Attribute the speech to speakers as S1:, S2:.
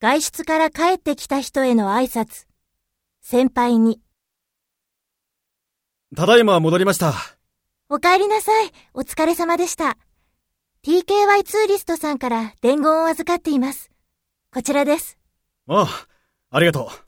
S1: 外出から帰ってきた人への挨拶。先輩に。
S2: ただいま戻りました。
S1: お帰りなさい。お疲れ様でした。TKY ツーリストさんから伝言を預かっています。こちらです。
S2: ああ、ありがとう。